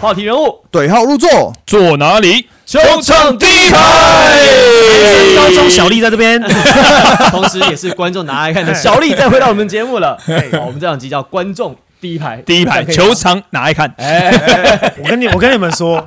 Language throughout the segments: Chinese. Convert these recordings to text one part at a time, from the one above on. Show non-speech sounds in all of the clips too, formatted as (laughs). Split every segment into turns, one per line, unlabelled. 话题人物，
对号入座，
坐哪里？
球场
(laughs)
第一
男
排
生高中小丽在这边，
同时也是观众拿来
哎
看的小丽再回到我们节目了。哎好，我们这两集叫观众第一排，
第一排
这样可以吗
球场哪爱看？
我跟你我跟你们
(laughs)
说，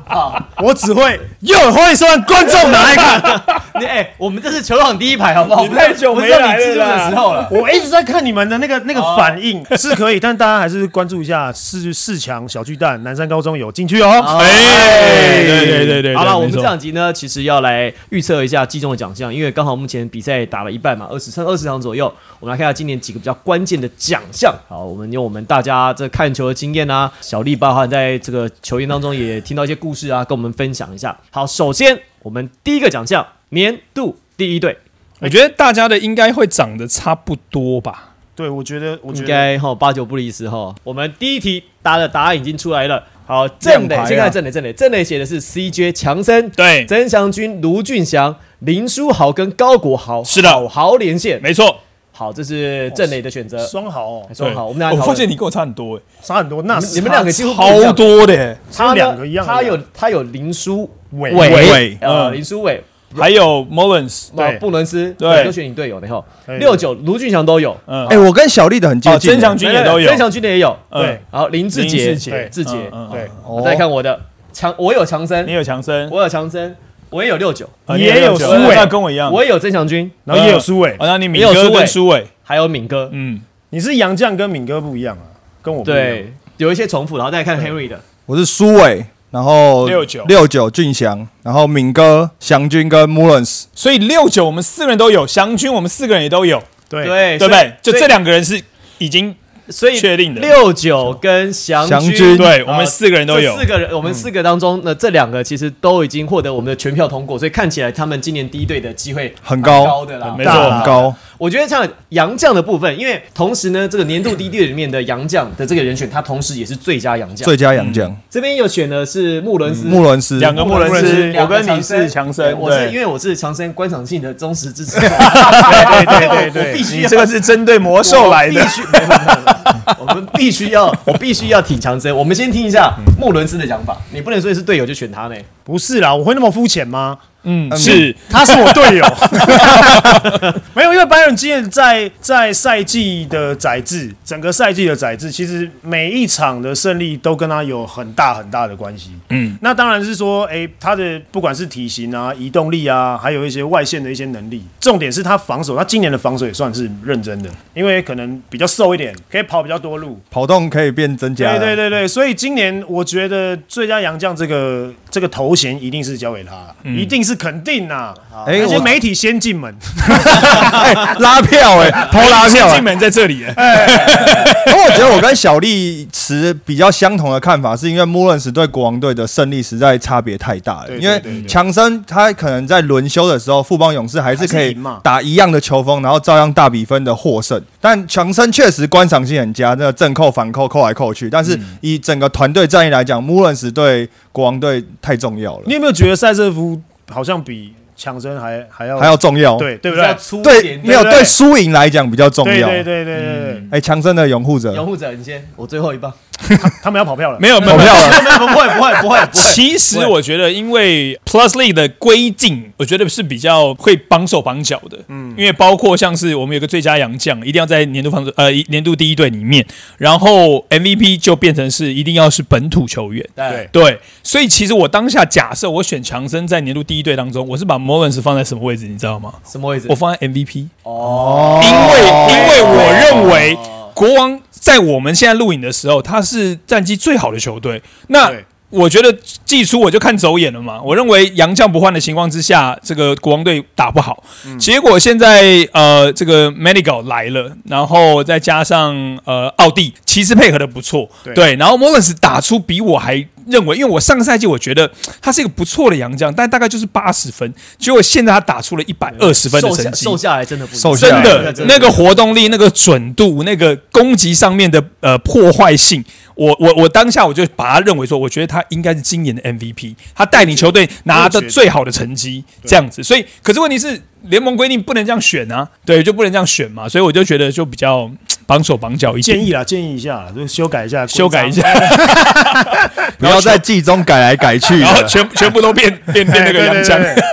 我只会又会说观众哪一看，
你哎、我们这是球场第一排，好不好？
你太久没来
不是
了啦
你制作的时候 (laughs) 了。
我一直在看你们的那个那个反应是可以，但大家还是关注一下四四强小巨蛋南山高中有进去哦。
哎，对对对对，
好了，
对
我
没
们
错
这两集呢，其实要来预测一下季中的奖项，因为刚好目前比赛打了一半嘛，二十剩二十场左右，我们来看一下今年几个比较关键的奖项。好，我们用我们大家这看球的经验啊，小丽包含在这个球员当中也听到一些故事啊，跟我们分享一下。好，首先我们第一个奖项年度第一队，
我觉得大家的应该会长得差不多吧？
对，我觉得我觉
应
得
该哈八九不离十哈。我们第一题答的答案已经出来了。好，正磊
亮牌啊
先看正磊，正磊，正磊写的是 CJ 强森、
对，
曾祥军、卢俊祥、林书豪跟高国豪，
是的
好豪连线。
没错。
好，这是郑磊的选择。
双好哦
还，说好，我们俩
我
讨
发
论
现你跟我差很多，哎
差很多，那
你们你们两个几乎不一
超
样
多的，
差
他呢
两个一样的，
他有他有林书
伟
伟
呃
嗯
林书伟，
还有 Mullins，
呃
对
布伦斯，
对
都选你队友的哈。
对
六九卢俊祥都有，
嗯，
哎，我跟小丽的很接
哦，
近，欸
曾祥军也都有
曾，祥军的也有，
嗯
对，
好林志杰
林志杰
志杰，
嗯嗯
对，
哦
再看我的强，我有强
你
森，
有强森，
我有强森，我也有六九，
呃
也有
九
苏伟
那跟我一样，
我也有曾祥军，
然后也有苏伟
呃
好，，那你敏
也有
哥
苏伟
跟苏伟，
还有敏哥，
嗯，
你是杨绛跟敏哥不一样啊，跟我不一样
对，有一些重复，然后再看 Henry 的。
我是苏伟，然后
六九
六九俊祥，然后敏哥、祥军跟 Mullins，
所以六九我们四个人都有，祥军我们四个人也都有，
对
对
对不对？就
哎所以
这两个人是已经
所以
确定的
六九跟祥
祥
军
军
对，
呃
我们四个人都有嗯
这四，个人，我们四个当中，那这两个其实都已经获得我们的全票通过，所以看起来他们今年第一队的机会
很高
蛮高的啦
没。
大
错
了
很。高，
我觉得像杨将的部分，因为同时呢，这个年度第一队里面的杨将的这个人选，他同时也是最佳杨将。
最佳洋将
这边有选的是穆伦斯，
穆伦斯，
嗯两个穆伦
穆伦
斯
斯，
我
两个
跟你
森
是强
对
森，
我是
对
因为我是强森观赏性的忠实支持者，
对对对
(laughs) 我
对
必
对，
须
你
要
这个是针对魔兽来的
我必，须，没有没有没有我们必须要，我必须要挺强森。我们先听一下穆伦斯的讲法，你不能说是队友就选他呢。
不是啦，我会那么肤浅吗？
嗯，
嗯
是
他是我队友， (laughs) 没有，因为拜仁今年在在赛季的载制，整个赛季的载制，其实每一场的胜利都跟他有很大很大的关系。嗯，那当然是说，诶，他的不管是体型啊、移动力啊，还有一些外线的一些能力，重点是他防守，他今年的防守也算是认真的，因为可能比较瘦一点，可以跑比较多路，
跑动可以变增加，
对对对对，所以今年我觉得最佳洋将这个这个头衔一定是交给他了，一定是肯定啊呐、
哎
那些
我 (laughs)
媒体先进门，
哎，拉票哎，投拉票
进
哎。
门在这里，啊
(laughs) 不过我觉得我跟小丽持比较相同的看法，是因为穆伦斯对国王队的胜利实在差别太大了。
对
因为
对对对
强森他可能在轮休的时候，富邦勇士还是可
还是
以
赢嘛
打一样的球风，然后照样大比分的获胜。但强森确实观赏性很佳，那个正扣反扣扣来扣去。但是
嗯
以整个团队战役来讲，穆伦斯对国王队太重要了
(laughs) 你，有没有觉得塞瑟夫好像比强森还还要
还要重要。
对对不
比较
对？
粗一
对，
点点
没有
对不对
对输赢来讲比较重
对
要。
对对对对对，
哎，强森的拥护者
拥护者，你先，我最后一棒。
他们要跑票了，
没有没
投
有没
票
有。
了。
不会不会不会不会不会，
其实我觉得，因为 Plus League 的规定，我觉得是比较会帮手帮脚的。嗯，因为包括像是我们有个最佳洋将，一定要在年度防守呃一年度第一队里面，然后 MVP 就变成是一定要是本土球员。
对，
对，所以其实我当下假设我选强森在年度第一队当中，我是把 Mullins 放在什么位置，你知道吗？
什么位置
我？放在 MVP，
哦，
因为因为我认为国王在我们现在录影的时候，他是战绩最好的球队。那
对
我觉得季初我就看走眼了嘛，我认为杨将不换的情况之下，这个国王队打不好。
嗯
结果现在呃，这个 Manigal 来了，然后再加上呃奥地，其实配合的不错，
对
然后 Mullins 打出比我还认为，因为我上个赛季我觉得他是一个不错的洋将，但大概就是八十分，结果现在他打出了一百二十分的
瘦
成
下
绩，
瘦下来真的不
瘦下
真
来
的
真的
那个活动力、那个准度、那个攻击上面的呃破坏性，我我我当下我就把他认为说，我觉得他应该是今年的 MVP，他带领球队拿的最好的成绩这样子。所以，可是问题是联盟规定不能这样选啊，对，就不能这样选嘛，所以我就觉得就比较绑手绑脚一点
建议啦，建议一下啦，就修改一下，
修改一下，
规章，
不要在季中改来改
(laughs)
去
然后
的。
全全部都变变变那个洋枪。
对对对对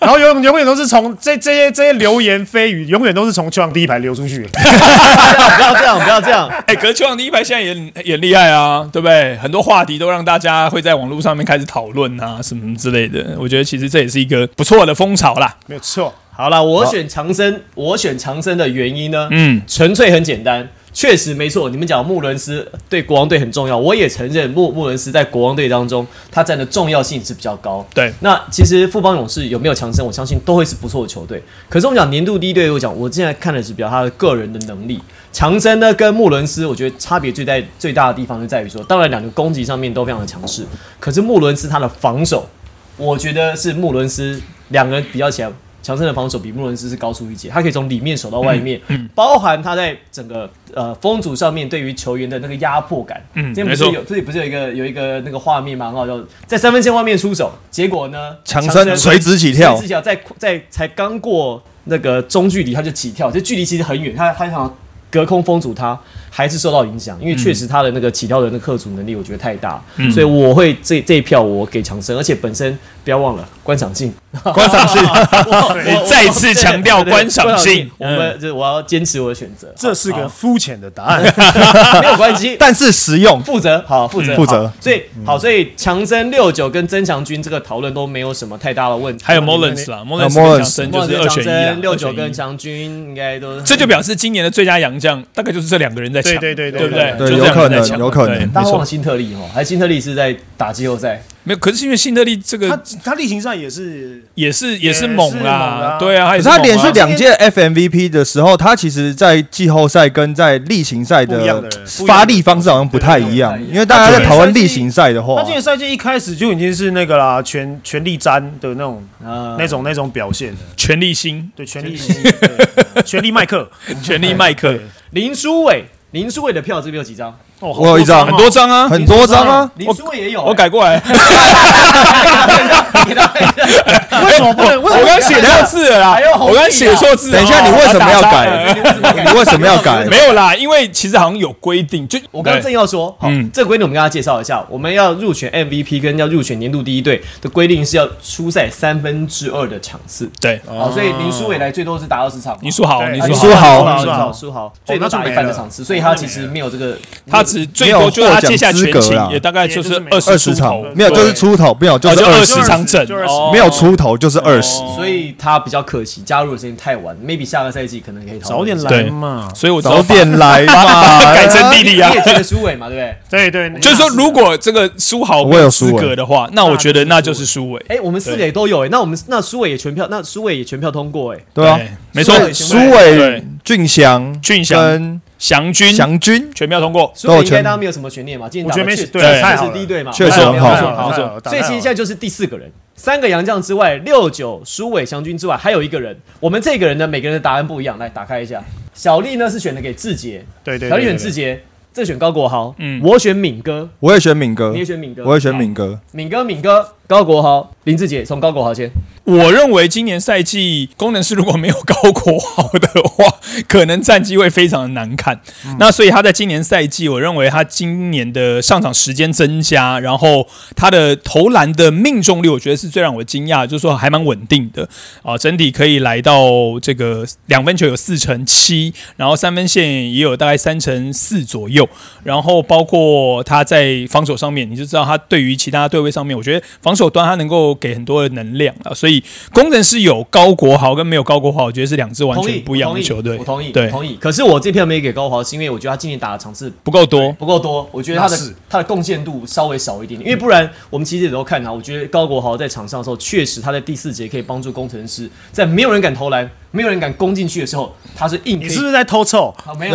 然后永永远都是从这这些这些流言蜚语，永远都是从球场第一排流出去的。
不要这样，不要这样。
哎，隔球网第一排现在也很也很厉害啊，对不对？很多话题都让大家会在网络上面开始讨论啊，什么之类的。我觉得其实这也是一个不错的风潮啦。
没有错，
好了，我选强森，我选强森的原因呢，
嗯，
纯粹很简单，确实没错。你们讲穆伦斯对国王队很重要，我也承认穆穆伦斯在国王队当中他占的重要性是比较高。
对
那其实富邦勇士有没有强森，我相信都会是不错的球队。可是我们讲年度第一队，我讲我现在看的是比较他的个人的能力。强森呢跟穆伦斯，我觉得差别最在最大的地方就在于说，当然两个攻击上面都非常的强势，可是穆伦斯他的防守，我觉得是穆伦斯两个人比较起来。强森的防守比穆伦斯是高出一截，他可以从里面守到外面，
嗯
包含他在整个呃风阻上面对于球员的那个压迫感。
嗯
这不
没
是
错
有这里不是有一个有一个那个画面嘛，很好笑，在三分线外面出手，结果呢，
强森垂直起跳
垂直起跳，在在才刚过那个中距离他就起跳，这距离其实很远，他他想要隔空封阻他，还是受到影
嗯
响，因为确实他的那个起跳的那个克阻能力，我觉得太大，所以我会这这一票我给强森，而且本身不要忘了观赏
(laughs)
性，
观赏性，
我
再次强调观赏性嗯
我们这我要坚持我的选择，
这是个
好
肤浅的答案。
啊
没有关系，
但是实用。
负责好，负
嗯
责
负责
好所以好，所以强森六九跟曾祥军这个讨论都没有什么太大的问题。
还有 Mullins 啦，Mullins
呃，Mullins
跟强森就是二选一啊，
六九
二选一
跟强军应该都是
这就表示今年的最佳洋将大概就是这两个人在抢，
对对对
对不对？
对
就这两个人在抢
有可能有可能
对
大
没
家忘了
错。
辛特利哦，还辛特利是在打季后赛，
没有，可是因为辛特利这
他
个
他例行赛也是
也是也
也是
是猛
猛
啦
啦，
对啊，他
可
也
是他
猛啊
连续两届 FMVP 的时候，他其实，在季后赛跟在例行赛
不一样
的
的人
发力方式好像不太一样
对对，对
因为大家在讨论例行赛的话
他，今年赛季一开始就已经是那个啦，全全力战的那种、
呃，
那种那种表现了，
全力新、
对，全力对全力麦克，
全力麦克，
林书伟，林书伟的票这边有几张？哦
哦，
我有一张
很多张啊，
很多张啊。
林书伟也有，欸
我改过来，
(laughs) 给他看一下，
为什么不能？为什
我
么
刚写错字了啦
哎呦，好
我刚写错字了。
等一下，你为什么要
我打岔了
改？你为什么要改？
没有啦，因为其实好像有规定，就
我刚刚正要说，好，
嗯
这个规定我们跟大家介绍一下，我们要入选 MVP 跟要入选年度第一队的规定是要出赛三分之二的场次，
对，
好，所以林书伟来最多是打二十场嘛，
你说好，
对
你
啊
说
你
好
说，好
你说
你说
好，
好
输好，
哦
最多
那就
打
没
一半的
了
场次，所以他其实没有这个，
他只最
没有
多就是他
获奖
接下
资
全
格
勤
啦
也大概就是
也
二
就是
十
二十场
头
没有，就是出头，没有就
哦
是
就
二
二
十
十，场整
就，二十
哦
没有出头就是二十。
所以他比较可惜，加入的时间太晚，maybe 下个赛季可能可以讨
早
论一
点
下
来嘛？
所以我知道
早点来
(laughs)
嘛，
改成弟弟啊
你也。觉得苏伟嘛，对不对？
对对，
就是说，如果这个苏豪没
我有
资
苏伟
格的话，那我觉得那就是苏伟。
哎、我们四个也都有哎、那我们那苏伟也全票，那苏伟也全票通过哎、
对啊
对，没错
所以苏
对
伟、俊祥、
俊祥
跟
祥军
祥军，
全票通过，
苏伟
都有
应该
全
大家没有什么悬念嘛，今天
我
打
觉
的
得没
确
对
对
太
确
好
实
了
第一队嘛，
确实很好
没有没有
好
没有
好好
所以其实现在就是第四个人，三个洋将之外，六九、苏伟、湘军之外，还有一个人。我们这个人呢，每个人的答案不一样。来打开一下，小丽呢是选的给志杰，
对对，
小丽选志杰，这选高国豪，
嗯
我选敏哥，
我也选敏
嗯
哥
你也，选敏哥，
我也选
好
敏哥，
敏哥，敏哥，高国豪，林志杰，从高国豪先。
我认为今年赛季工程师如果没有高国豪的话，可能战绩会非常的难看。那所以他在今年赛季，我认为他今年的上场时间增加，然后他的投篮的命中率，我觉得是最让我惊讶的，就是说还蛮稳定的啊，整体可以来到这个两分球有四成七，然后三分线也有大概三成四左右，然后包括他在防守上面，你就知道他对于其他对位上面，我觉得防守端他能够给很多的能量啊，所以工程师有高国豪跟没有高国豪，我觉得是两支完
同意
全不一样的球队
我，同意，
对
我同意。可是我这票没给高华，是因为我觉得他今年打的场次
不够多。
不够多，我觉得他的
那是
他的贡献度稍微少一点点，因为不然我们其实也都看他，我觉得高国豪在场上的时候，确实他在第四节可以帮助工程师，在没有人敢投篮、没有人敢攻进去的时候，他是硬可以
你是不是在偷臭？
啊，没有，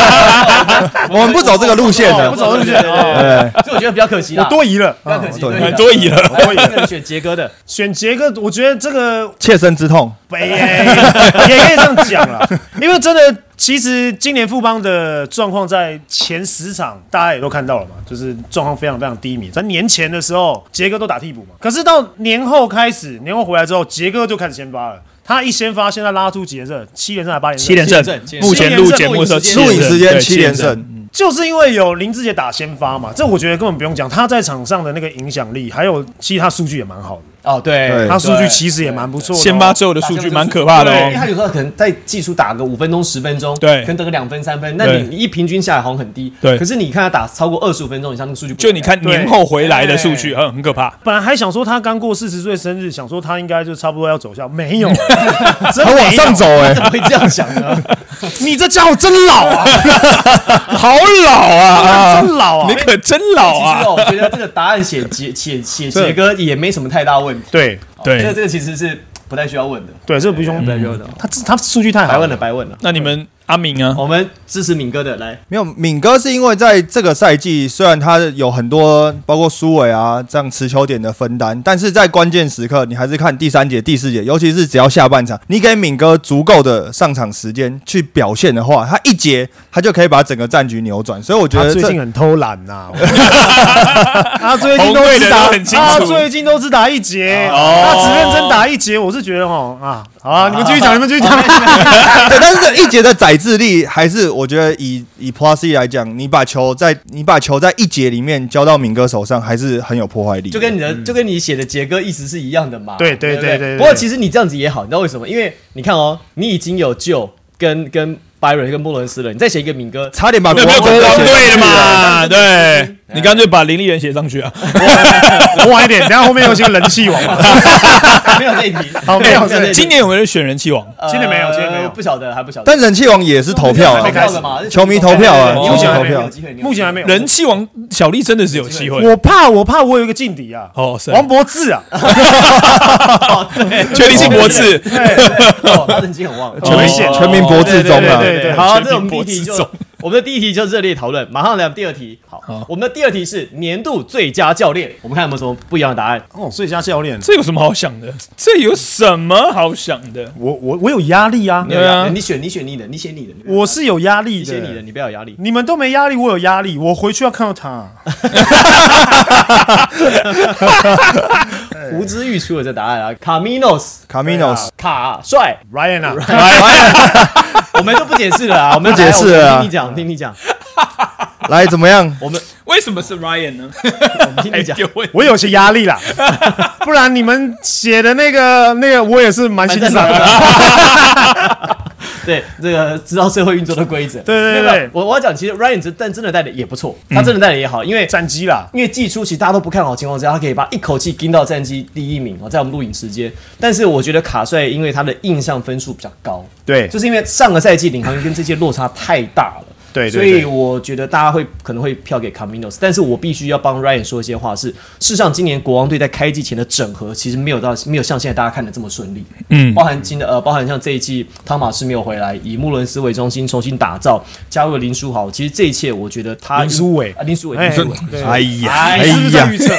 (laughs) 我们不走这个
(laughs)
路线
我
的
不，走路
(laughs)
线
对，
哎，
所以我觉得比较可惜
我
啦，
多疑了，啊
比较可惜，
嗯我
对
啊很多疑了，
来，我
哎
一个人选杰哥的，
选杰哥，我觉得这个
切身之痛。
也也可以这样讲啦， (laughs) 因为真的，其实今年富邦的状况在前十场大家也都看到了嘛，就是状况非常非常低迷。在年前的时候，杰哥都打替补嘛，可是到年后开始，年后回来之后，杰哥就开始先发了。他一先发，现在拉出几连胜，七连胜还是八连胜？
七连胜
七连胜，
目前录节目的时候，
七
录
连
影时间七连
胜对，
胜，
就是因为有林志杰打先发嘛，这我觉得根本不用讲，他在场上的那个影响力，还有其实他数据也蛮好的，
(laughs) 哦，对
对，
他数据其实也蛮不错的哦。
先发之后的数据蛮可怕的
对因为
哦。
他有时候可能在技术打个五分钟、十分钟，
对
可能得个两分、三分，那
对
你你一平均下来好像很低，
对
可是你看他打超过二十五分钟以上，那个数据不
就你看
对
年后回来的数据，很很可怕。
本来还想说他刚过四十岁生日，想说他应该就差不多要走下，
(laughs)
没有，真没
他
有
往上走，哎、
怎么 (laughs) 会这样想呢？
你这家伙真老啊，
好老 (laughs) 啊！
真老啊
你，可真老
其实
啊！
哦我觉得这个答案写杰写写杰哥也没什么太大问题，
对
这
对嗯
个，这个其实是不太需要问的，
对，这不用
不太需要问的，哦
他他数据太
白
好
问了，白问了。
那你们阿明啊，
我们支持敏哥的来，
没有，敏哥啊是因为在这个赛季，虽然他有很多包括苏伟啊这样持球点的分担，但是在关键时刻，你还是看第三节、第四节，尤其是只要下半场，你给敏哥足够的上场时间去表现的话，他一节他就可以把整个战局扭转。所以我觉
他
得
最
这
近很偷懒
(laughs)
呐、 (laughs) 他最近
红
都
队
只
的
打
都很，清
他
楚
最近都只打一节，
哦
他只认真打一节，我是觉得哦啊，好啊，你们继续讲，你们继续讲，
对，但是这一节的载智力还是我觉得以以 Plus E 来讲，你把球在你把球在一节里面交到敏哥手上，还是很有破坏力的。
就跟你的、就跟你写的杰哥意思是一样的嘛。
嗯对对
不
对对对
不过其实你这样子也好，你知道为什么？因为你看哦，你已经有救跟跟 Byron 跟莫伦斯了，你再写一个敏哥，
差点把
那
国
没有
歌
国
的
王
写
队了嘛？
对
对，你干脆把林立人写上去啊！
我晚一点，等一下后面有些人气王嘛，
(laughs)
(laughs)
没有这一题，(laughs)
好没有这一
这
题
一题
今年有没有人选人气王？
呃
今年没有今年没有
不晓得还不晓得。
但人气王也是投票、
投
啊
没。开
票
始
的嘛，
球迷投票啊
对对对
目前还
有
没
机会
有
有机会，
目前还没有
人气王小丽真的是有机会，
我怕我怕我有一个劲敌啊，
哦是
王柏志啊， (laughs)
确定是博智。
对，对哦对哦他人气很
(laughs)
旺，
全民
哦
全民博智中
对对
啊
对，对对，
好，
全
这我们
民
第一题
博之
就
众
我们的第一题就热烈讨论，马上来第二题。好
好，
我们的第二题是年度最佳教练，我们看有没有什么不一样的答案。
哦，最佳教练，
这有什么好想的？这有什么好想的？
我我我有压力啊
没，有
对啊
压力你选你选你的，你写你的，你不要
我是有压力
你写你的，
的。
你不要有压力。
你们都没压力，我有压力。我回去要看到他，
呼之欲出的这答案啊，Caminos 啊
Caminos
卡帅，
Ryan (laughs) 啊，
我们就不解释了啊，我们
不解释了啊
来我们听你讲，听你讲，
来怎么样？
我们
为什么是 Ryan
(laughs)
呢？哎
我们听你讲。
有问题
我有些压力啦， (laughs) 不然你们写的那个那个，我也是蛮欣赏的。
(laughs) 对，这个知道社会运作的规则。
对对对
没有没有我我要讲，其实 Ryan 真但真的带的也不错，他真的带的也好，因为
战机啦，
因为季初其实大家都不看好情况之下，他可以把一口气盯到战绩第一名哦，在我们录影时间。但是我觉得卡帅因为他的印象分数比较高，
对
就是因为上个赛季领航员跟这些落差太大了。
对对
所以
对
我觉得大家会可能会票给 Caminos，但是我必须要帮 Ryan 说一些话是，事实上今年国王队在开季前的整合其实没有到没有像现在大家看的这么顺利，
嗯
包含今的呃包含像这一季汤马斯没有回来，以穆伦斯为中心重新打造，加入了林书豪，其实这一切我觉得他
林书伟
啊林书伟，
哎
林书伟
对
哎呀，
哎，是不是预测？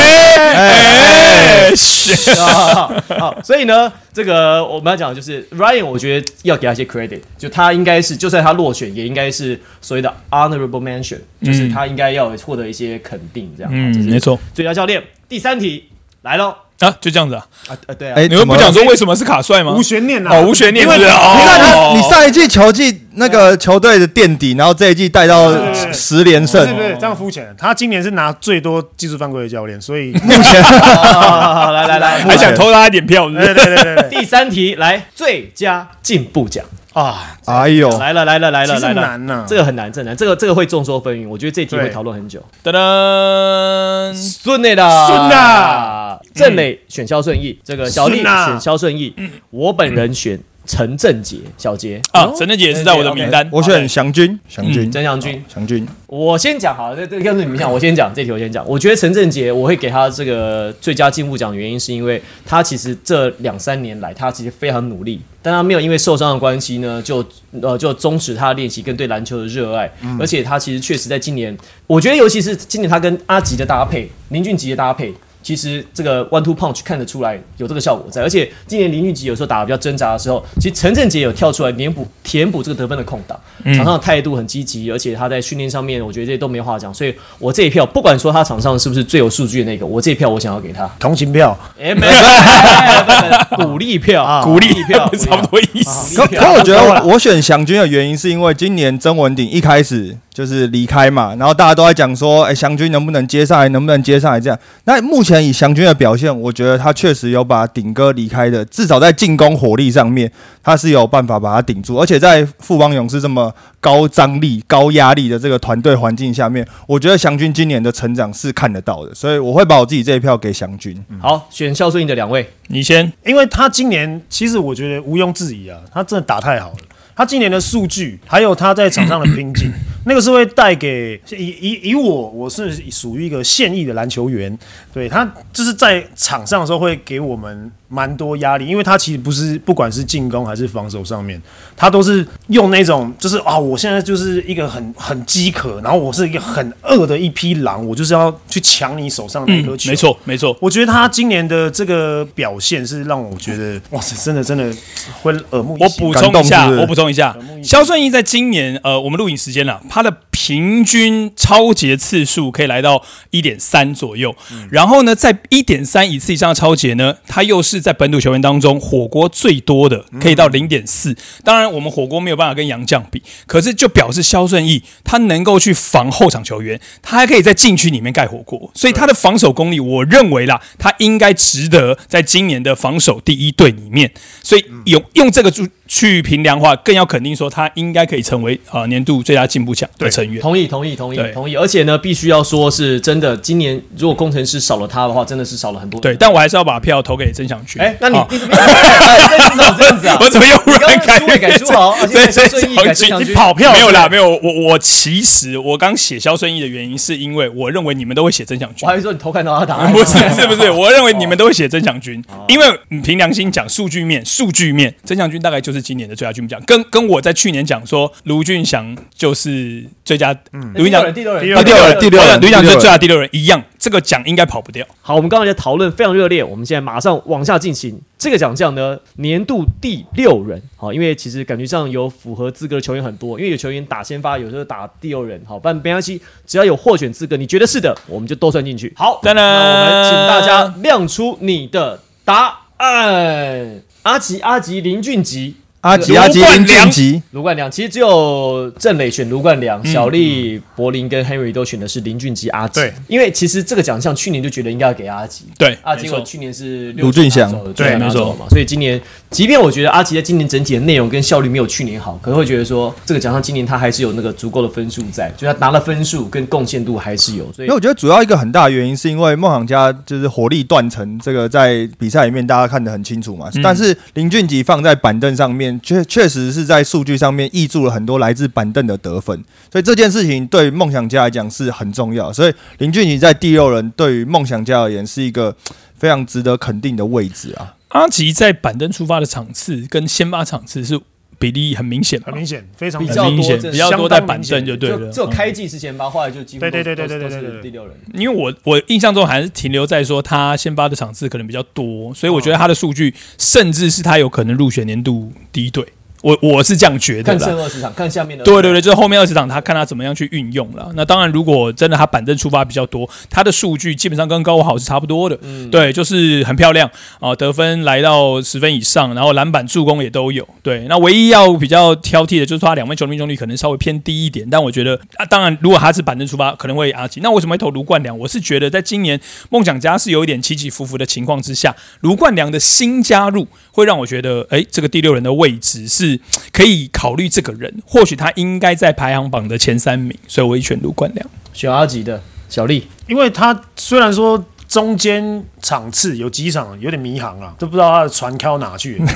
哎，是
好，好所以呢，这个我们要讲的就是 Ryan，我觉得要给他一些 credit，就他应该是，就算他落选，也应该是所谓的 honorable mention，就是他应该要获得一些肯定，这样。
嗯
这是
没错。
最佳教练第三题来喽，
啊，就这样子啊。
啊呃对啊，
哎
你们不讲说为什么是卡帅吗？
无悬念啦。啊
哦，无悬念是不是哦。
你看他，
哦
你上一季球季那个球队的垫底，然后这一季带到
是
十连
不是不
胜，
是这样肤浅，他今年是拿最多技术犯规的教练，所以
目前
好好好好来来来，
还
哎
想偷他一点票，是不
对
是
对对对对
第三题来最佳进步奖，
啊，
哎呦，
来了来了来了
其实
来了，
难呐
这个很难，这个很难，这个这个会众说纷纭，我觉得这题会
对
讨论很久。
噔噔，
顺内的，
顺啦，
郑磊选肖顺义，这个小丽
顺啦
选肖顺义，我本人选陈正杰，小杰
啊，陈正杰也是在我的名单。
哦哎
啊
我选祥军，祥军，
曾祥军。
祥军，
我先讲好了，这这跟你们讲，我先讲这题，我先讲。我觉得陈正杰，我会给他这个最佳进步奖，原因是因为他其实这两三年来，他其实非常努力，但他没有因为受伤的关系呢，就呃就终止他的练习跟对篮球的热爱，而且他其实确实在今年，我觉得尤其是今年他跟阿吉的搭配，林俊杰的搭配。其实这个 one two punch 看得出来有这个效果在。而且今年林俊杰有时候打的比较挣扎的时候，其实陈振杰有跳出来填补填补这个得分的空档，场上的态度很积极，而且他在训练上面，我觉得这些都没话讲。所以我这一票，不管说他场上是不是最有数据的那个，我这一票我想要给他。
同情票，
哎，没有哎不是不是鼓励票啊，
鼓励
票，
(laughs) 差不多意思。
鼓
可
励
可
票。
我觉得我选祥军的原因是因为今年曾文鼎一开始就是离开嘛，然后大家都在讲说，哎、祥军能不能接上来，能不能接上来这样。那目前以祥军的表现，我觉得他确实有把顶哥离开的，至少在进攻火力上面，他是有办法把他顶住。而且在富邦勇士这么高张力、高压力的这个团队环境下面，我觉得祥军今年的成长是看得到的，所以我会把我自己这一票给祥军。
好，选孝顺你的两位，
你先，
因为他今年其实我觉得毋庸置疑啊，他真的打太好了。他今年的数据，还有他在场上的拼
(coughs)
劲，那个是会带给以以以我我是属于一个现役的篮球员，对他就是在场上的时候会给我们蛮多压力，因为他其实不是不管是进攻还是防守上面，他都是用那种就是啊，我现在就是一个很很饥渴，然后我是一个很饿的一匹狼，我就是要去抢你手上那颗
嗯，
球，
没错，没错，
我觉得他今年的这个表现是让我觉得，哇塞，真的真的会耳目一
我
新。
补充一
感动
下
是不，是
我补充一 (laughs) 下，肖顺义在今年呃，我们录影时间了，他的平均超节次数可以来到一点三左右。然后呢，在一点三一次以上的超节呢，他又是在本土球员当中火锅最多的，可以到零点四。当然，我们火锅没有办法跟杨绛比，可是就表示肖顺义他能够去防后场球员，他还可以在禁区里面盖火锅，所以他的防守功力，我认为啦，他应该值得在今年的防守第一队里面。所以用用这个去去评量的话，更要肯定说他应该可以成为呃年度最佳进步奖的成员。
同意，同意，同
对
意，同意。而且呢，必须要说是真的，今年如果工程师少了他的话，真的是少了很多。
对，，但我还是要把票投给曾祥军。
哎，那你
哦
你怎么哎你怎么这样子啊？
(laughs) 我怎么又忽
你刚
然
刚
改
苏伟改苏豪啊
对，
现在
曾
孙毅改曾
祥
祥
军
军，
跑
票
没有
是
啦，没有。我我其实我刚写肖顺义的原因，是因为我认为你们都会写曾祥
我。
军
还哦会说你偷看到他打，
(laughs) 不
(laughs)
是是不是？我认为你们都会写曾祥军，因为你凭良心讲，数据面数据面，曾祥军大概就是今年的最佳进步奖，跟跟我在去年讲说卢俊祥就是最佳，卢
第六
俊祥
人，第六人，
第
啊第六人，第六人，
卢俊祥就是
第六人
最佳第六人一样，这个奖应该跑不掉。
好，我们刚才在讨论非常热烈，我们现在马上往下进行。这个奖项呢，年度第六人，好，因为其实感觉上有符合资格的球员很多，因为有球员打先发，有时候打第六人，好，但没关系，只要有获选资格，你觉得是的，我们就都算进去。好，
当然
那我们请大家亮出你的答案。阿吉，阿吉，林俊杰。
阿吉阿
卢
吉
冠
林俊
良
吉。
卢冠良，其实只有郑磊选卢冠
嗯
良，小丽、柏林跟 Henry 都选的是林俊杰、阿吉。
对，
因为其实这个奖项去年就觉得应该要给阿吉，
对，
阿
没
吉
错
我去年是
鲁俊祥
拿走的
对
拿走的嘛，所以今年即便我觉得阿吉在今年整体的内容跟效率没有去年好，可能会觉得说这个奖项今年他还是有那个足够的分数在，就他拿了分数跟贡献度还是有，所以
因为我觉得主要一个很大的原因是因为梦想家就是火力断层，这个在比赛里面大家看得很清楚嘛。但是林俊杰放在板凳上面，确确实是在数据上面挹注了很多来自板凳的得分，所以这件事情对梦想家来讲是很重要。所以林俊杰在第六人对于梦想家而言是一个非常值得肯定的位置啊。
阿吉在板凳出发的场次跟先发场次是比例很明显嘛
很，明显，非常
比
明
较
显
很明显，
多
比较多在板凳
相当明显
就对
就
了。
只有
嗯
开季之前吧，后来就几乎都
对对对对对
都
对对
都是
对
第六人。
因为我我印象中还是停留在说他先发的场次可能比较多，所以我觉得他的数据甚至是他有可能入选年度第一队，我我是这样觉得
看
啦。
剩二十场，看下面的
对对对，就是后面二十场，他看他怎么样去运用了。那当然，如果真的他板凳出发比较多，他的数据基本上跟高豪是差不多的，对，就是很漂亮啊、得分来到十分以上，然后篮板、助攻也都有。对，那唯一要比较挑剔的就是说他两分球命中率可能稍微偏低一点，但我觉得啊，当然如果他是板凳出发，可能会阿吉。那为什么会投卢冠良？我是觉得在今年梦想家是有一点起起伏伏的情况之下，卢冠良的新加入会让我觉得，哎，这个第六人的位置是可以考虑这个人，或许他应该在排行榜的前三名，所以我会选卢冠良。
选阿吉的小丽，
因为他虽然说中间场次有几场有点迷航啊，都不知道他的船开到哪去了，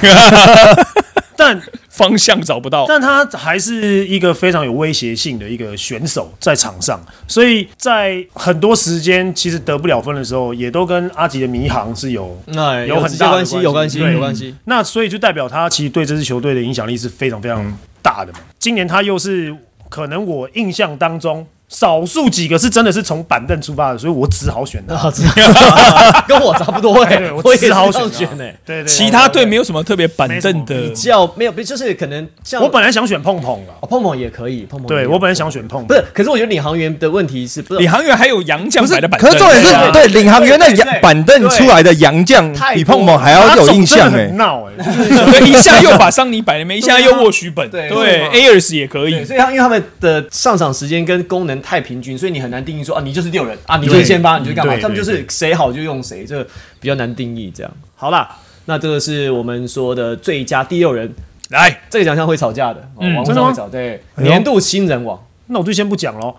但
方向找不到，
但他还是一个非常有威胁性的一个选手在场上，所以在很多时间其实得不了分的时候，也都跟阿吉的迷航是有
那
有很
直接
大的
关系，
关
哎有
系
关系，
对
有关系。
那所以就代表他其实对这支球
嗯
队的影响力是非常非常大的嘛。今年他又是可能我印象当中少数几个是真的是从板凳出发的，所以我只好选
(laughs)
他。
啊，知道， (laughs) 跟我差不
(laughs)
多哎、(laughs)
对
我
我
也是
只好
这样
选
选
他
哎、
对对对，
其他队没有什么特别板凳
没什
的
比，较没有，不就是可能像
我本来想选碰碰了，
哦碰碰也可以，碰碰也
对
有
我本来想选碰
哦不
碰，
是，可是我觉得领航员的问题是不
李
是
航员还有杨将
不
(laughs)
是
摆的，板凳，
可是重点
对啊
是对领航员的
对对
洋板凳出来的洋将
太
比
多
碰碰还要有印
欸 (laughs)
象哎
很。闹哎，就是
对，一下又把桑尼摆了没，一下又沃许本，
对
对
对
，Ayers 也可
对，
以。
所以他因为他们的上场时间跟功能太平均，所以你很难定义说啊，你就是六人啊，你就是先发，你就是干嘛？
对
他们就
对
是谁好就用谁，这比较难定义。这样好啦，那这个是我们说的最佳第六人，
来，
这个奖项会吵架的，哦
嗯
网络
真的
上会
吗哎
吵对
呦
年度新人王，
那我就先不讲
(laughs)
喽。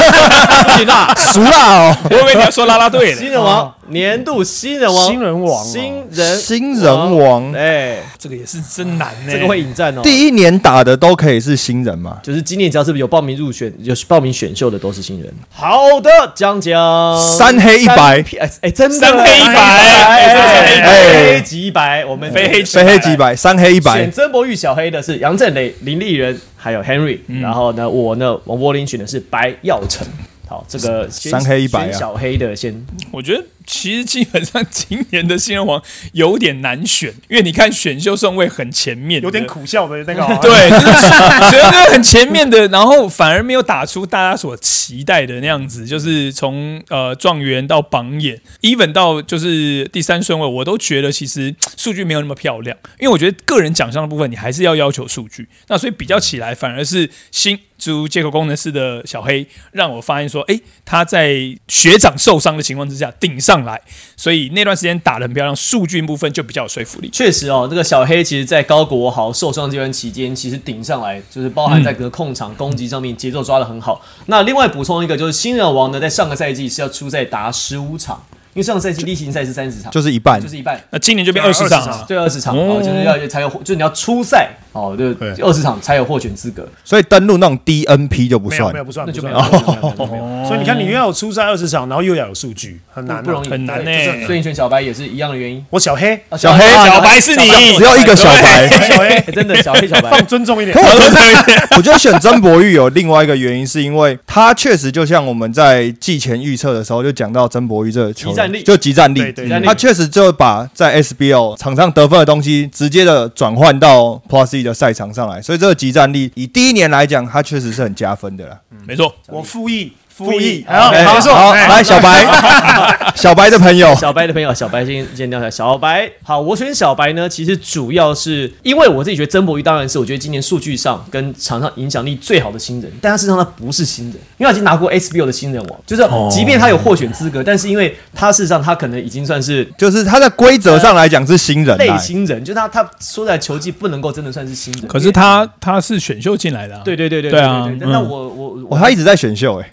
不行啦，
熟啦哦，
我以为你要说拉拉队
新
呢，
人王，年度新人王，
新人王哦
新人
新人王
哎，
这个也是真难呢。
这个会引战哦。
第一年打的都可以是新人嘛？
就是今年只要是有报名入选、有报名选秀的都是新人。好的，江江
三黑一白
三哎哎，真的
三黑一白
哎
哎
非黑即白，我
(laughs)
们
非黑即
非黑即白，三黑一白
选。曾博玉小黑的是杨振雷、林立人，还有 Henry，然后呢，我呢，王柏林选的是白耀成。好，这个先
三黑一白啊
选小黑的先
我觉得其实基本上今年的新人王有点难选，因为你看选秀顺位很前面，
有点。苦笑的那
(laughs)
个啊，
(laughs) 对，就是选秀很前面的，然后反而没有打出大家所期待的那样子，就是从呃状元到榜眼，even 到就是第三顺位，我都觉得其实数据没有那么漂亮，因为我觉得个人奖项的部分你还是要要求数据，那所以比较起来反而是新足接口工程师的小黑让我发现说，诶，他在学长受伤的情况之下顶上来，所以那段时间打的很漂亮，数据部分就比较有说服力。
确实哦，这个小黑其实，在高国豪受伤这段期间，其实顶上来就是包含在隔控场、攻击上面节奏抓得很好。那另外补充一个，就是新人王呢，在上个赛季是要出赛达十五场，因为上个赛季例行赛是三十场，
就是一半
就是一半。
那今年就变啊二十
20
场
场
了。
对二十场哦，就是要才有，就是你要出赛哦，对，
对
二十场才有获选资格，
所以登录那种 DNP 就不
没有
算
没。有不算，
那就
不
没
算
有，就没有就没有 (laughs)
所以你看，你又要有出赛二十场，然后又要有数据，很 (laughs) 难啊，
不容易，
很难
对
欸
就是所以你选小白也是一样的原因。
我小 (laughs) 黑，
啊
小黑
小白是你
只要一个小
(laughs)
白
小黑哎真的小黑小白
放尊重一点
可。我觉得， (laughs) 我觉得选曾博玉有另外一个原因，是因为他确实就像我们在季前预测的时候就讲到曾博玉这个球
集
员，
战力
就集战
对
力
对集战，
力
他确实就把在 SBL 场上得分的东西直接的转换到 Plus E 的赛场上来，所以这个集战力以第一年来讲，他确实是很加分的啦。
没错，
我复议，复
议
议，
好
哎
哎
结束，
好，
哎
来小白，小白的朋友，
(laughs) 小白的朋友，小白先先聊一下。小白，好，我选小白呢，其实主要是因为我自己觉得曾博瑜当然是我觉得今年数据上跟场上影响力最好的新人，但他事实上他不是新人，因为他已经拿过 SBO 的新人王，就是
哦
即便他有获选资格，但是因为他事实上他可能已经算是
就是他在规则上来讲是新人
类
啦，
新人，就是他他说在球技不能够真的算是新人，
可是他他是选秀进来的、啊，
对。对对对
对啊
对
嗯
那我我
哇，他一直在选秀哎、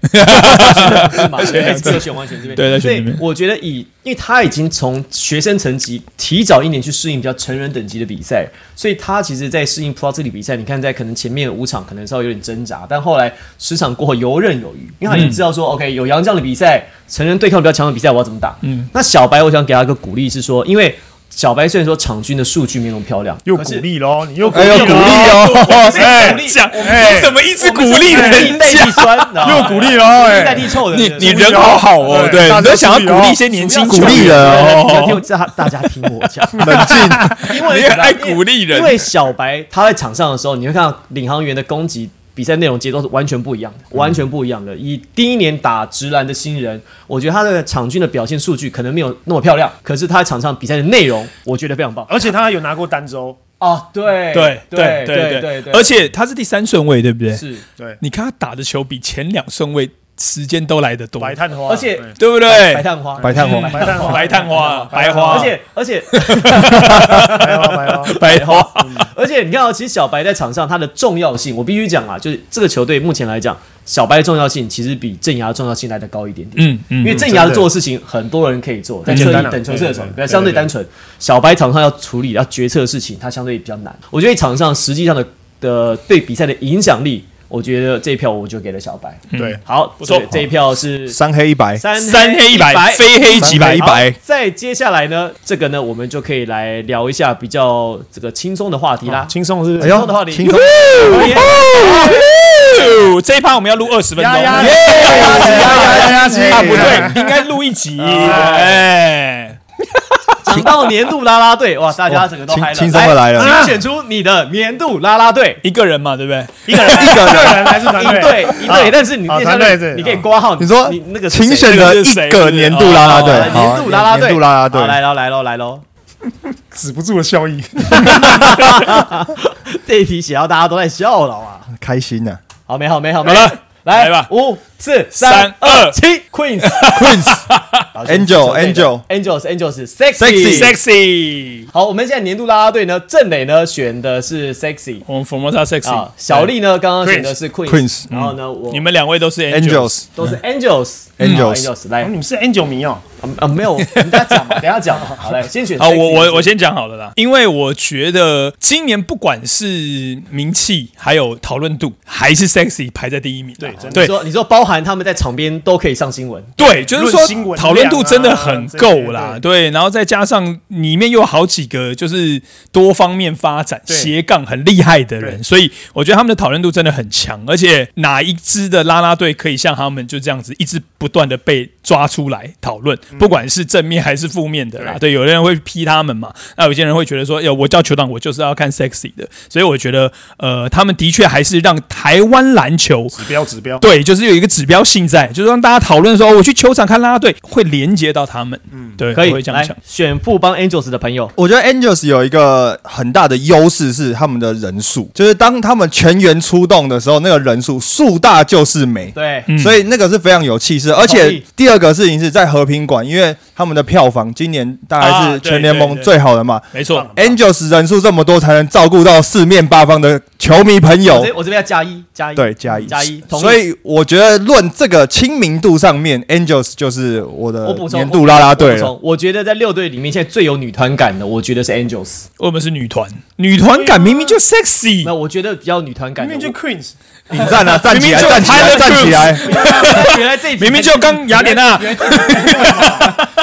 是嘛？对，只有选完选这边，
对在
所
选这
以
边
我觉得以，因为他已经从学生层级提早一年去适应比较成人等级的比赛，所以他其实，在适应 Pro 这里比赛，你看在可能前面五场可能稍微有点挣扎，但后来十场过后游刃有余，因为他已经知道说、o k 有杨绛的比赛，成人对抗比较强的比赛，我要怎么打？嗯，那小白，我想给他一个鼓励是说，因为小白虽然说场均的数据没那么漂亮，
又
可
鼓
是
励喽，你又鼓
哎
励
呦，鼓励
咯，
哦，
哎
鼓励
讲
我们
你怎么一直鼓励
我们是
人
鼓励代
家
替？酸，又
又鼓励喽，哎
代替臭的，
你
对
你
对
人好好哦，
对
对，
大
你
家
都想要
注意哦
鼓励一些年轻
鼓励
球
对
员
人
对
哦
对听大大家听我
(laughs)
讲，
冷静。
(laughs) 因为
你很爱鼓励人
因为小白他在场上的时候，你会看到领航员的攻击。比赛内容节奏是完全不一样的，
嗯
完全不一样的。以第一年打直男的新人，我觉得他的场均的表现数据可能没有那么漂亮，可是他在场上比赛的内容，我觉得非常棒。
而且他还有拿过单周，
哦，对，
对
对
对对
对
而且他是第三顺位，对不对？
是，
对，
你看他打的球比前两顺位时间都来得多，
白炭花，
而且
对
对
不
白
对？
探花，
白炭花
白炭花，
白探花，嗯白
白
哎花，
而且而且
白花，白 (laughs) 花，
白花，
而且你看到、其实小白在场上他的重要性，我必须讲啊，就是这个球队目前来讲，小白的重要性其实比镇牙的重要性来的高一点点。
嗯
因
嗯，
为镇牙的做的事情，很多人可以做，但
简
侧
单
翼
啊
等球射手
对对
比较相对单纯。小白场上要处呃理、要决策的事情，它相对比较难。我觉得场上实际上的的对比赛的影响力，我觉得这一票我就给了小白。
对，
好，
不错
这这一票是
三黑一白，
三
三黑一白，非黑即白
三黑一。白
好再接下来呢，这个呢，我们就可以来聊一下比较这个轻松的话题啦。
轻松是不
哎
是？
轻松的话
呦，
题
轻松，
留言
哦这一趴我们要录二十分钟，
呀呀
耶
呀
啊不
(laughs)
对，应该录一集。
啊
啊
哎，
讲到年度啦啦队，哇，大家整个都
轻
嗨了，
轻松的来了
请选出你的年度啦啦队。
一个人嘛，对不对？
一个人，一个人还是
(laughs)
团
一
队？
队一队，
啊
好
但是你
好
那
团队是啊
你可以挂号，
你说
你那个是
请
谁
选的一个年度啦啦队，
来年度啦啦队，
年度啦啦队
好，来喽来喽来
(laughs)
喽，
止不住的笑意。
这一题写到大家都在笑了啊！
开心呐
好没好没好没
好了
来
来吧
五四
三
三二
二
七，Queens
，Angel，Angel，
Angels Angels Sexy
Sexy
Sexy，
好，我们现在年度啦啦队呢，郑磊呢选的是 Sexy
我们 Formosa Sexy，
啊，小丽呢刚刚选的是
Queens
然后呢我
你们两位都是 Angels，
Angels，
都是 Angels
嗯
Angels
Angels
Angels 来
哦你们是 Angel 迷哦，
啊啊没有，我们等一下讲
(laughs)
嘛，等一下讲嘛，好来先选 sexy。
好，我我我先讲好了啦，因为我觉得今年不管是名气，还有讨论度，还是 sexy 排在第一名啦。
真的
你
对
说你说包含他们在场边都可以上新闻，
对，就是
论新
说
闻
讨论度
量啊
真的很够啦
这些。
对，然后再加上里面又有好几个就是多方面发展、
对
斜杠很厉害的人，所以我觉得他们的讨论度真的很强。而且哪一支的啦啦队可以像他们就这样子一直不断的被抓出来讨论，
嗯
不管是正面还是负面的啦。对，有的人会批他们嘛，那有些人会觉得说，哎，我叫球党，我就是要看 sexy 的。所以我觉得，呃，他们的确还是让台湾篮球
指标指标。
对，就是有一个指标性在，就是让大家讨论说，哦我去球场看啦啦队会连接到他们，嗯，对，
可
我会
以
这样
来
想。
选富邦 Angels 的朋友，
我觉得 Angels 有一个很大的优势是他们的人数，就是当他们全员出动的时候，那个人数数大就是美。
对，
嗯
所以那个是非常有气势，而且第二个事情是在和平馆，因为他们的票房今年大概
啊
是
对
全联盟
对对
最好的嘛。
没错，
Angels 人数这么多，才能照顾到四面八方的球迷朋
我
友
哦这。我这边要加一加一，
对，加一
加一，同意
所以我觉得论这个亲民度上面，Angels 就是我的
我补充
年度啦啦队
我补
了。
充我觉得在六队里面，现在最有女团感的，我觉得是 Angels。
我们是女团，女团感明明就 sexy，
那我觉得比较女团感
明
的，
明就
我
Queens，
你站啊，站起
明明
来，
就
站起来，
Tyler
站起来！
(laughs) 原来这一题
明明就刚雅典娜，对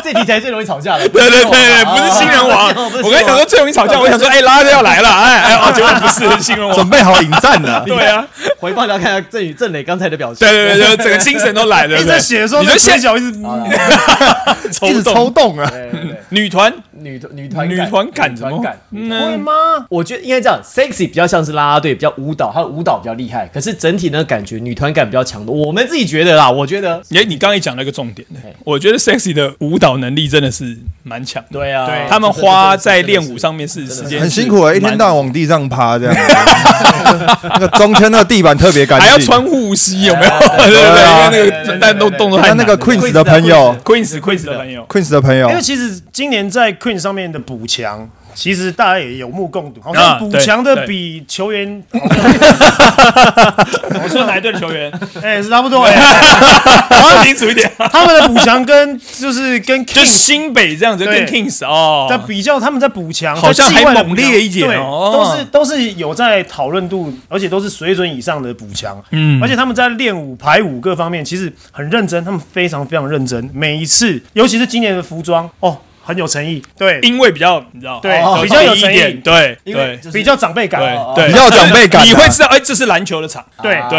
这题才最容易吵架的。
(laughs) 对对对，不是新人王。我刚才想说最容易吵架，我想说，哎，啦啦队要来了，哎哎，哦，结果不是新人王
准，备好引战
(laughs)
了。
对啊，
回放要看下郑宇郑磊刚才的表情
对。对对，就整个精神都来了，对
一
不
哎直在
哎
对？
写的时候，
你
那
就
个
现
嘴角一直
一
抽
直抽
动
动啊！
对对对，
女团，
女女团
女团感怎么
女团感。
会
嗯，
吗？
我觉得应该这样，sexy 比较像是啦啦队，比较舞蹈，它的舞蹈比较厉害。可是整体呢，感觉女团感比较强的。我们自己觉得啦，我觉得，
哎，你刚才讲了一个重点，
哎
我觉得 sexy 的舞蹈能力真的是蛮强的。
对啊，
对
他们花在练舞上面是时间
很辛苦
啊，
啊，一天到晚往地上趴这样。那个中间那个地板特别干净，
还要穿护膝，有没有？ (laughs) 对对
对啊
对，因为
对对
那
对
个但
对对
动
对
动作
那
太
那个
Queen-
Queens
Queens
的朋友
Queens Queens 的朋友，
，Queens 的朋友
因为其实今年在 Queen 上面的补强，其实大家也有目共睹，好
啊
像补强
对
的比球员，
我说哪一队的球 (laughs) 员？
哎、是差不 (laughs) 多哎、
讲清楚一点，
他们的补强
(laughs)
跟就是跟
就
King
新北这样子跟
对
Kings 哦
在，比较，他们在补强，
好像
在季外的
还猛烈一点
补强
哦
对，都是都是有在讨论度，而且都是水准以上的补强，
嗯
而且他们在练舞、排舞各方面其实很认真，他们非常非常认真，每一次，尤其是今年的服装哦，很有诚意，对，
因为比较你知道，
对
哦
比较有
一
诚意
点，对
因为
对
就是
比较长辈感，
对啊对，
比较有长辈感啊
你会知道，哎，这是篮球的场，
对
对对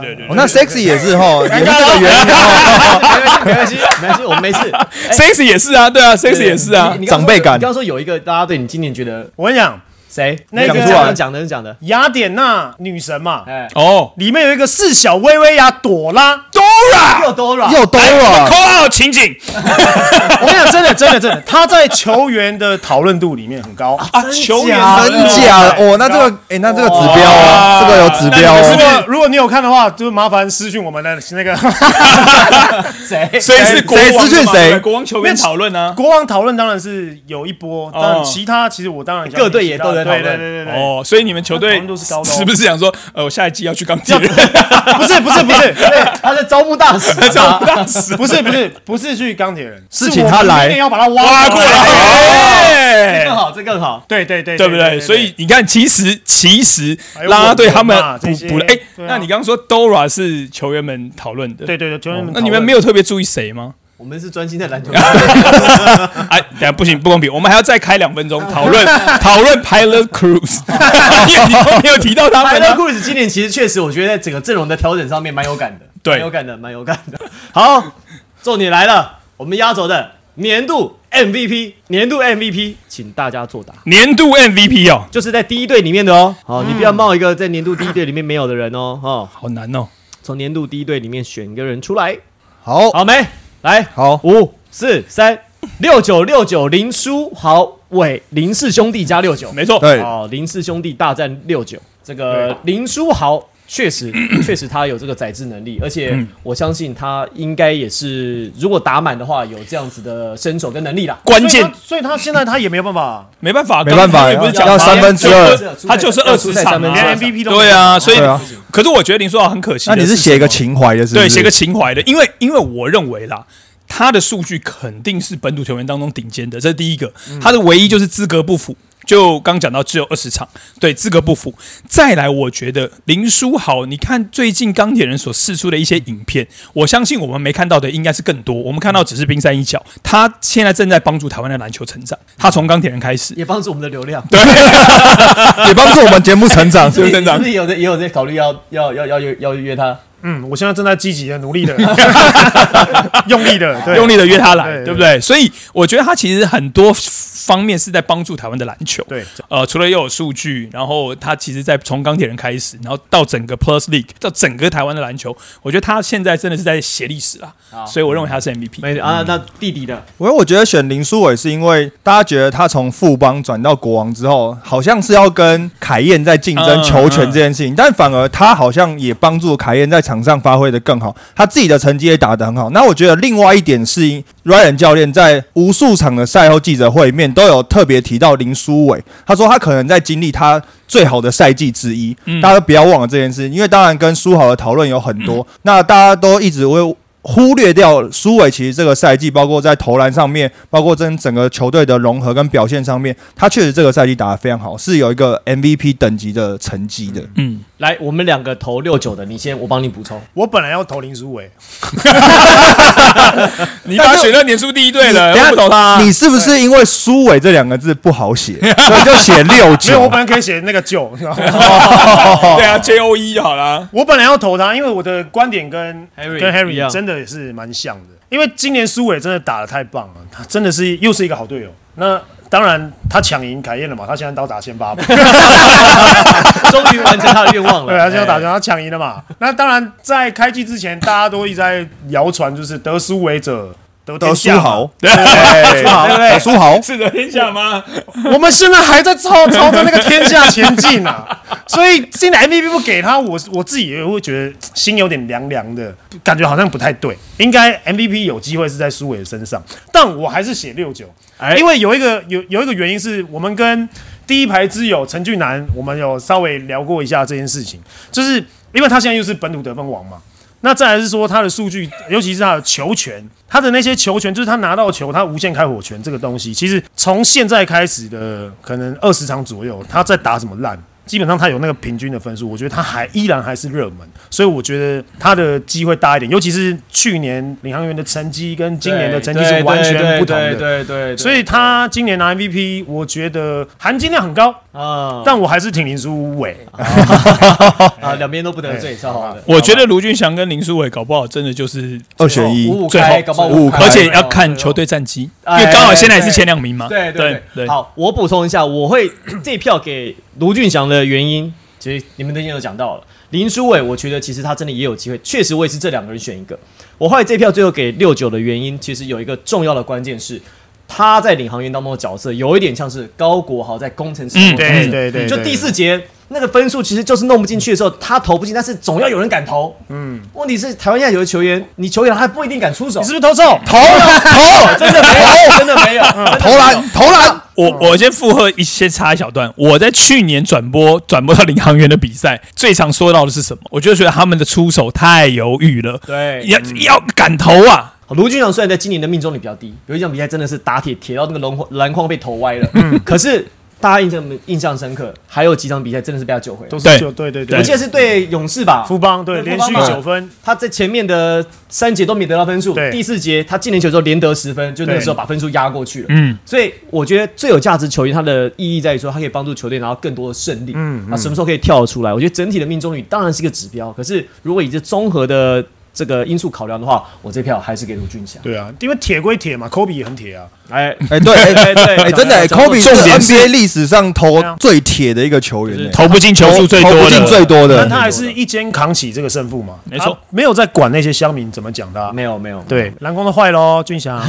对对
哦
对。
那 Sexy 也是
(laughs)
哈，也是这个原因哦。
没关系，没关系，我们没
(laughs)
事。
哎
Sexy 也是啊，对啊，Sexy 也是啊
你，你刚刚说
长辈感
你刚刚说有一个大家对你今年觉得
我跟你讲，
谁？
那个
讲出来讲的讲的，
雅典娜女神嘛，
哎，
哦
里面有一个四小薇薇娅朵拉，
，Dora
又 Dora，
又 Dora，
call out 情
(laughs)
景
我跟你讲，真的真的真的，她在球员的讨论度里面很高。
啊，球员
假
真假的哦？那这个哎，那这个指标啊，
哇
这个有指标
那你们是
如
不
哦。
果如果你有看的话，就麻烦私讯我们的那个
谁？
所以是国王的嘛
谁私讯谁
对国王球员讨论啊。
国王讨论，当然是有一波，但其他其实我当然
各队也都在讨论
对对对对对，
哦，所以你们球
讨
队
论度是高的哦
是不是想说，呃，我下一季要去钢铁人？
不是不是
(laughs)
(laughs)
不是
对，他是招募大使，
不是不是不是去钢铁人，
是
我
请他
们
来
一定要把他挖
挖过来，
来。
更
哎
好，这更好。
对对对，
对不对？所以你看，其实其实
哎呦
啦啦队
我
他们的
这些
补补的。哎、
对啊
那你刚刚说 Dora 是球员们讨论的，
对对对，球员们讨论、
哦那你们没有特别注意谁吗？
我们是专心在篮球。
哎，等下不行，不公平，我们还要再开两分钟讨
(laughs)
论讨论 Pilot Cruise，因为你都没有提到他
白
们
乐
啊。
库里斯今年其实确实，我觉得在整个阵容的调整上面蛮有感的，
对
蛮有感的，蛮有感的。 (laughs) 好，重点来了，我们压轴的年度 MVP，年度 MVP，请大家作答。
年度 MVP 哦，
就是在第一队里面的哦，好，你不要冒一个在年度第一队里面没有的人哦，哦，
好难哦。
从年度第一队里面选一个人出来，
好
好没？来，
好，
五四三六九六九林书豪伟林氏兄弟加六九，
没错，
对
哦，林氏兄弟大战六九，这个林书豪确
(coughs)
实确实他有这个宰制能力，而
嗯
且我相信他应该也是，如果打满的话，有这样子的身手跟能力啦。
关键
所以他，所以他现在他也没办法，
没办法，
没办法
刚刚不是讲吗
要三分之二
他就是二十场
对
连
啊
MVP 都没有
对啊，所以
对啊
可是我觉得林书豪很可惜
那
的什么。
你是写一个情怀的，是不是？
对，写个情怀的，因为因为我认为啦，他的数据肯定是本土球员当中顶尖的，这是第一个。
嗯
他的唯一就是资格不符，就刚讲到只有二十场，对，资格不符。再来，我觉得林书豪，你看最近钢铁人所释出的一些影片，我相信我们没看到的应该是更多，我们看到只是冰山一角。他现在正在帮助台湾的篮球成长，他从钢铁人开始。
也帮助我们的流
(laughs)
量。
也帮助我们节目
(laughs)
成长。
是不是
正常
是不是有在也有在考虑要要要要约要约他？
嗯，我现在正在积极的、努力的、用力的，对，
用力的约他来，
对
对不对？所以我觉得他其实很多方面是在帮助台湾的篮球。
对
呃，除了又有数据，然后他其实在从钢铁人开始，然后到整个 Plus League，到整个台湾的篮球，我觉得他现在真的是在写历史啦。啊所以我认为他是 MVP。
没
嗯
啊，那弟弟的
我我觉得选林书伟是因为大家觉得他从富邦转到国王之后，好像是要跟凯燕在竞
嗯
争球权这件事情，但反而他好像也帮助凯燕在场上发挥的更好，他自己的成绩也打得很好。那我觉得另外一点是，Ryan 教练在无数场的赛后记者会面都有特别提到林书伟，他说他可能在经历他。最好的赛季之一，嗯大家不要忘了这件事，因为当然跟书豪的讨论有很多，那大家都一直会忽略掉苏伟，其实这个赛季，包括在投篮上面，包括跟整个球队的融合跟表现上面，他确实这个赛季打得非常好，是有一个 MVP 等级的成绩的。
嗯，
来，我们两个投六九的，你先，我帮你补
(laughs)
充。 (laughs)
我本来要投林书伟，
你把他选到年初第一队了，啊
等一
我
下
不懂他。
你是不是因为苏伟这两个字不好写，所以就写六
没有，我
九
本？来可以写那个九，你知道吗
对啊，J O E 就好啦。
我本来要投他，因为我的观点跟
Harry
跟
一样
Harry 真的也是蛮像的。因为今年苏伟真的打得太棒了，他真的是又是一个好队友。那当然，他抢赢凯燕了嘛，他现在都打先
(laughs)
发嘛，
终于完成他的愿望了。
对，他现在打先发，他抢赢了嘛。
哎
那当然，在开季之前，大家都一直在谣传，就是得苏为者得天
得呃苏
下嘛
豪，
啊对
对不对
得 (laughs) 苏豪，
是得天下吗？
(laughs) 我们现在还在朝朝着那个天下前进啊！所以现在 MVP 不给他，我我自己也会觉得心有点凉凉的，感觉好像不太对。应该 MVP 有机会是在苏伟的身上，但我还是写六九，因为有一个有有一个原因是我们跟第一排之友陈俊南，我们有稍微聊过一下这件事情，就是因为他现在又是本土得分王嘛。那再来是说他的数据，尤其是他的球权，他的那些球权，就是他拿到球，他无限开火权这个东西，其实从现在开始的可能二十场左右，他在打什么烂，基本上他有那个平均的分数，我觉得他还依然还是热门，所以我觉得他的机会大一点，尤其是去年领航员的成绩跟今年的成绩是完全不同
对
的。
对对对，
所以他今年拿 MVP，我觉得含金量很高，
啊，
但我还是挺林书伟。哎
啊，两边都不得罪，超好的。
我觉得卢俊祥跟林书伟搞不好真的就是
二选一，
五五
最后
开，搞不好
五五开
开哎
而且要看球队战绩，因为刚好现在也是前两名嘛。
啊对
对
对对，嗯好，我补充一下，我会 (coughs) 这一票给卢俊祥的原因，其实你们之前有讲到了。林书伟，我觉得其实他真的也有机会，确实我也是这两个人选一个。我后来这票最后给六九的原因，其实有一个重要的关键是，他在领航员当中的角色有一点像是高国豪在工程师当中的角色、
对对对，
就第四节那个分数其实就是弄不进去的时候，他投不进，但是总要有人敢投。嗯，问题是台湾现在有的球员，你球员他还不一定敢出手
你，是不是偷臭？
投投
真的没有，嗯真的没有，真的没有
投篮投篮，
我我先附和一些插一小段。我在去年转播转播到领航员的比赛，最常说到的是什么？我就觉得他们的出手太犹豫了，
对
要
嗯
要敢投啊！
好卢俊祥
嗯
虽然在今年的命中率比较低，有一场比赛真的是打铁铁到那个篮筐篮筐被投歪了，可是大家印象印象深刻，还有几场比赛真的是被他救回来
都。是
对
九对对
我
对，
记得是对勇士吧，
富邦对
对
连
富邦
续
嘛
九分，
他在前面的三节都没得到分数，
对
第四节他进了球之后连得十分，就那个
对
时候把分数压过去了。
嗯，
所以我觉得最有价值球员，他的意义在于说，他可以帮助球队拿到更多的胜利。嗯，那、什么时候可以跳得出来？我觉得整体的命中率当然是一个指标，可是如果以这综合的这个因素考量的话，我这票还是给卢俊祥。
对啊，因为铁归铁嘛，科比也很铁啊，
哎，
哎、对，哎、
对对
哎、真的、哎
讲到
k o b e 是
重点是
NBA 历史上投
对啊
最铁的一个球员、
就是
哎
投不进球数最多
投不进
的，
最多
但
的。
他还是一肩扛起这个胜负嘛，
没错
他没有在管那些乡民怎么讲他。
没有没有，
对，蓝光的坏喽，俊祥。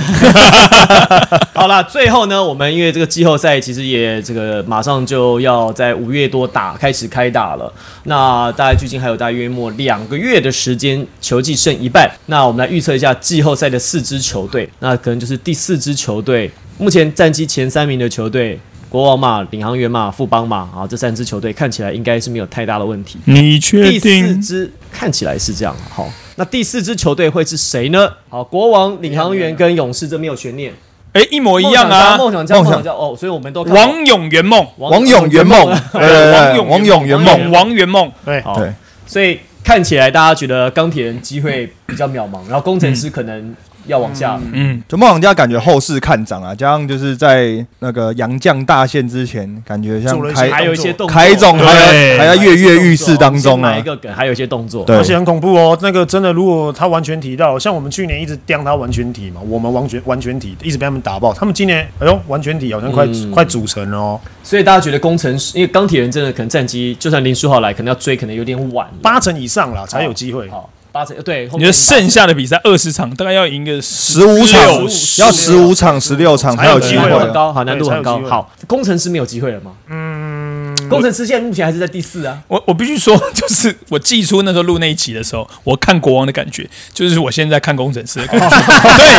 好啦，最后呢，我们因为这个季后赛其实也这个马上就要在五月多打开始开打了，那大概距今还有大约末两个月的时间，球季剩一半。那我们来预测一下季后赛的四支球队，那可能就是第四支球队，目前战绩前三名的球队。国王嘛，领航员嘛，富邦嘛，啊，这三支球队看起来应该是没有太大的问题。
你确
第四
定？
支看起来是这样，好，那第四支球队会是谁呢？好，国王、领航员跟勇士这没有悬念，
哎，一模一样啊！
梦想家，梦
梦
想
想
家，哦，所以我们都看到
王永圆梦，
王永圆梦，对对对，王永圆
王
梦
永，
王圆梦，
对，
好
对，
所以看起来大家觉得钢铁人机会比较渺茫，然后工程师可能要往下。
嗯，
就梦想家感觉后市看涨啊，加上就是在那个杨将大限之前，感觉像
做了一些
还
开
有一些动作，
开总还
对
在还在跃跃欲试当
先
中
埋
啊
一，个梗，还有一些动作。
对
而且很恐怖哦。那个真的，如果他完全提到，像我们去年一直刁他完全体嘛，我们完全完全体一直被他们打爆。他们今年，哎呦，完全体好像快、
嗯
快组成了哦，
所以大家觉得工程师，因为钢铁人真的可能战绩，就算林书豪来，可能要追，可能有点晚了，
八成以上啦才有机会。
好八成对。后
你
面
的剩下的比赛二十场，大概要赢个十
十五场
六
要十五场十六场才有机
难
会
度
啊
很
了。
高，好，难度
对才
很
有
高
机。会
好，工程师没有机会了吗？
嗯，
工程师现在目前还是在第四啊。
我我必须说， (laughs) 就是我寄出那时候录那一期的时候，我看国王的感觉，就是我现在看工程师的感
(laughs)
觉。
哦
对对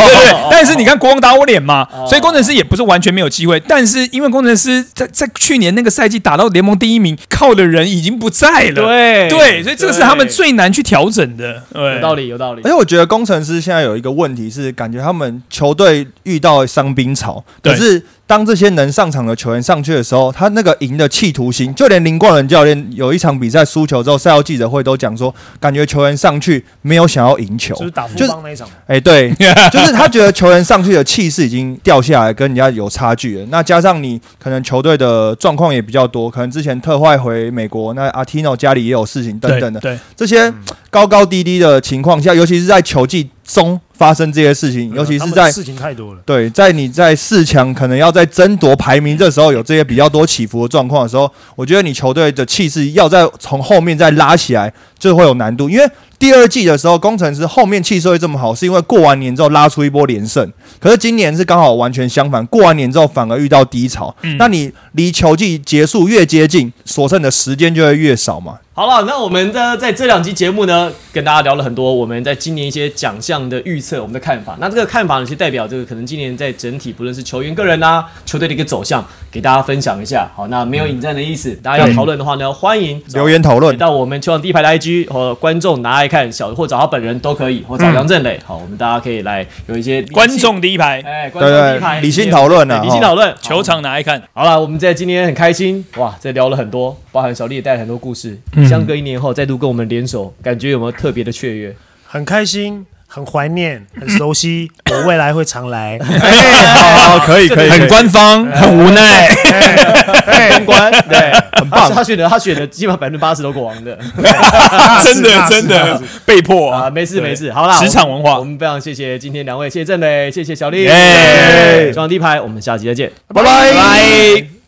对，但是你看国王打我脸嘛，所以工程师也不是完全没有机会。但是因为工程师在在去年那个赛季打到联盟第一名，靠的人已经不在了。
对
对，所以这个是他们
对
最难去调整的。对
有道理，有道理
而。且我觉得工程师现在有一个问题是，感觉他们球队遇到伤兵潮，
对
可是当这些能上场的球员上去的时候，他那个赢的企图心，就连林冠伦教练有一场比赛输球之后，赛后记者会都讲说，感觉球员上去没有想要赢球，
就是打富
就是
邦那一场，
哎、对，就是他觉得球员上去的气势已经掉下来，跟人家有差距了。那加上你可能球队的状况也比较多，可能之前特坏回美国，那阿提诺家里也有事情等等的，
对，
这些
嗯
高高低低的情况下，尤其是在球季中发生这些事情，
对啊
尤其
他
是
们
在
事情太多了。
对，在你在四强可能要在争夺排名这时候有这些比较多起伏的状况的时候，我觉得你球队的气势要再从后面再拉起来，就会有难度。因为第二季的时候，工程师后面气势会这么好，是因为过完年之后拉出一波连胜。可是今年是刚好完全相反，过完年之后反而遇到低潮。那你离球季结束越接近，所剩的时间就会越少嘛。
好了，那我们的在这两集节目呢，跟大家聊了很多我们在今年一些奖项的预测，我们的看法。那这个看法呢，其实代表这个可能今年在整体，不论是球员个人啊，球队的一个走向，给大家分享一下。好，那没有引战的意思，大家要讨论的话呢，欢 (laughs) 迎
留言讨论
到我们球场第一排的 IG 和观众拿来看小，或找他本人都可以，或找杨振磊。好，我们大家可以来有一些理性
观众第一排，
哎，观众第一排
对对理性讨论啊
对理性讨论
球。场拿来看，
好了，我们在今天很开心哇，这聊了很多，包含小丽也带了很多故事。
嗯
相隔一年后再度跟我们联手，感觉有没有特别的雀跃？
很开心，很怀念，很熟悉， (coughs) 我未来会常
(laughs)
来。
哎
好，哦可以可
(laughs)
以，
很官方，很无奈。
公关 (laughs) 对，很棒。他选的他选的基本上百分之八十都国王
(laughs)
的
真的真的被迫
啊，
啊，
没事
对
没事，好啦，
职场文化
我们非常谢谢今天两位，谢谢郑磊，谢谢小丽，
耶
中央第一排，我们下期再见。
拜拜。
拜。